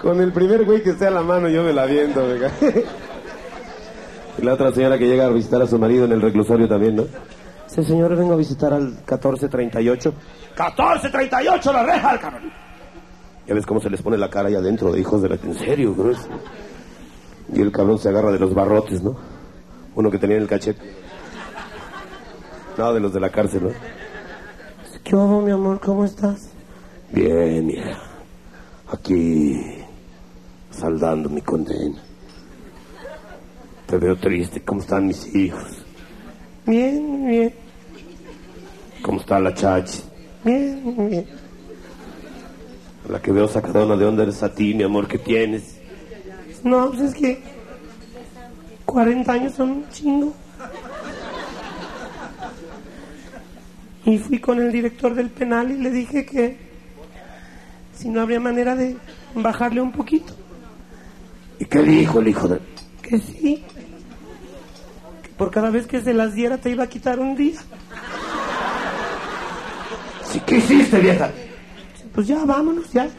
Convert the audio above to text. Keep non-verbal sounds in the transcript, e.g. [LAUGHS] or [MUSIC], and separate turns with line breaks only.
Con el primer güey que esté a la mano yo me la viento, oiga. [LAUGHS] Y la otra señora que llega a visitar a su marido en el reclusorio también, ¿no? Sí, señor, vengo a visitar al 1438.
1438 la reja al cabrón.
Ya ves cómo se les pone la cara ahí adentro de hijos de la... En serio, bro. Y el cabrón se agarra de los barrotes, ¿no? Uno que tenía en el cachete. No, de los de la cárcel, ¿no?
¿Qué hubo, mi amor? ¿Cómo estás?
Bien, hija. Aquí saldando mi condena. Te veo triste. ¿Cómo están mis hijos?
Bien, bien,
¿Cómo está la chachi?
bien, bien.
A La que veo sacadona de onda eres a ti, mi amor, ¿qué tienes?
No, pues es que 40 años son un chingo. Y fui con el director del penal y le dije que si no habría manera de bajarle un poquito,
¿Y qué dijo el hijo de...?
que sí, que por cada vez que se las diera te iba a quitar un día.
Sí, ¿Qué hiciste, vieja?
Pues ya, vámonos, ya.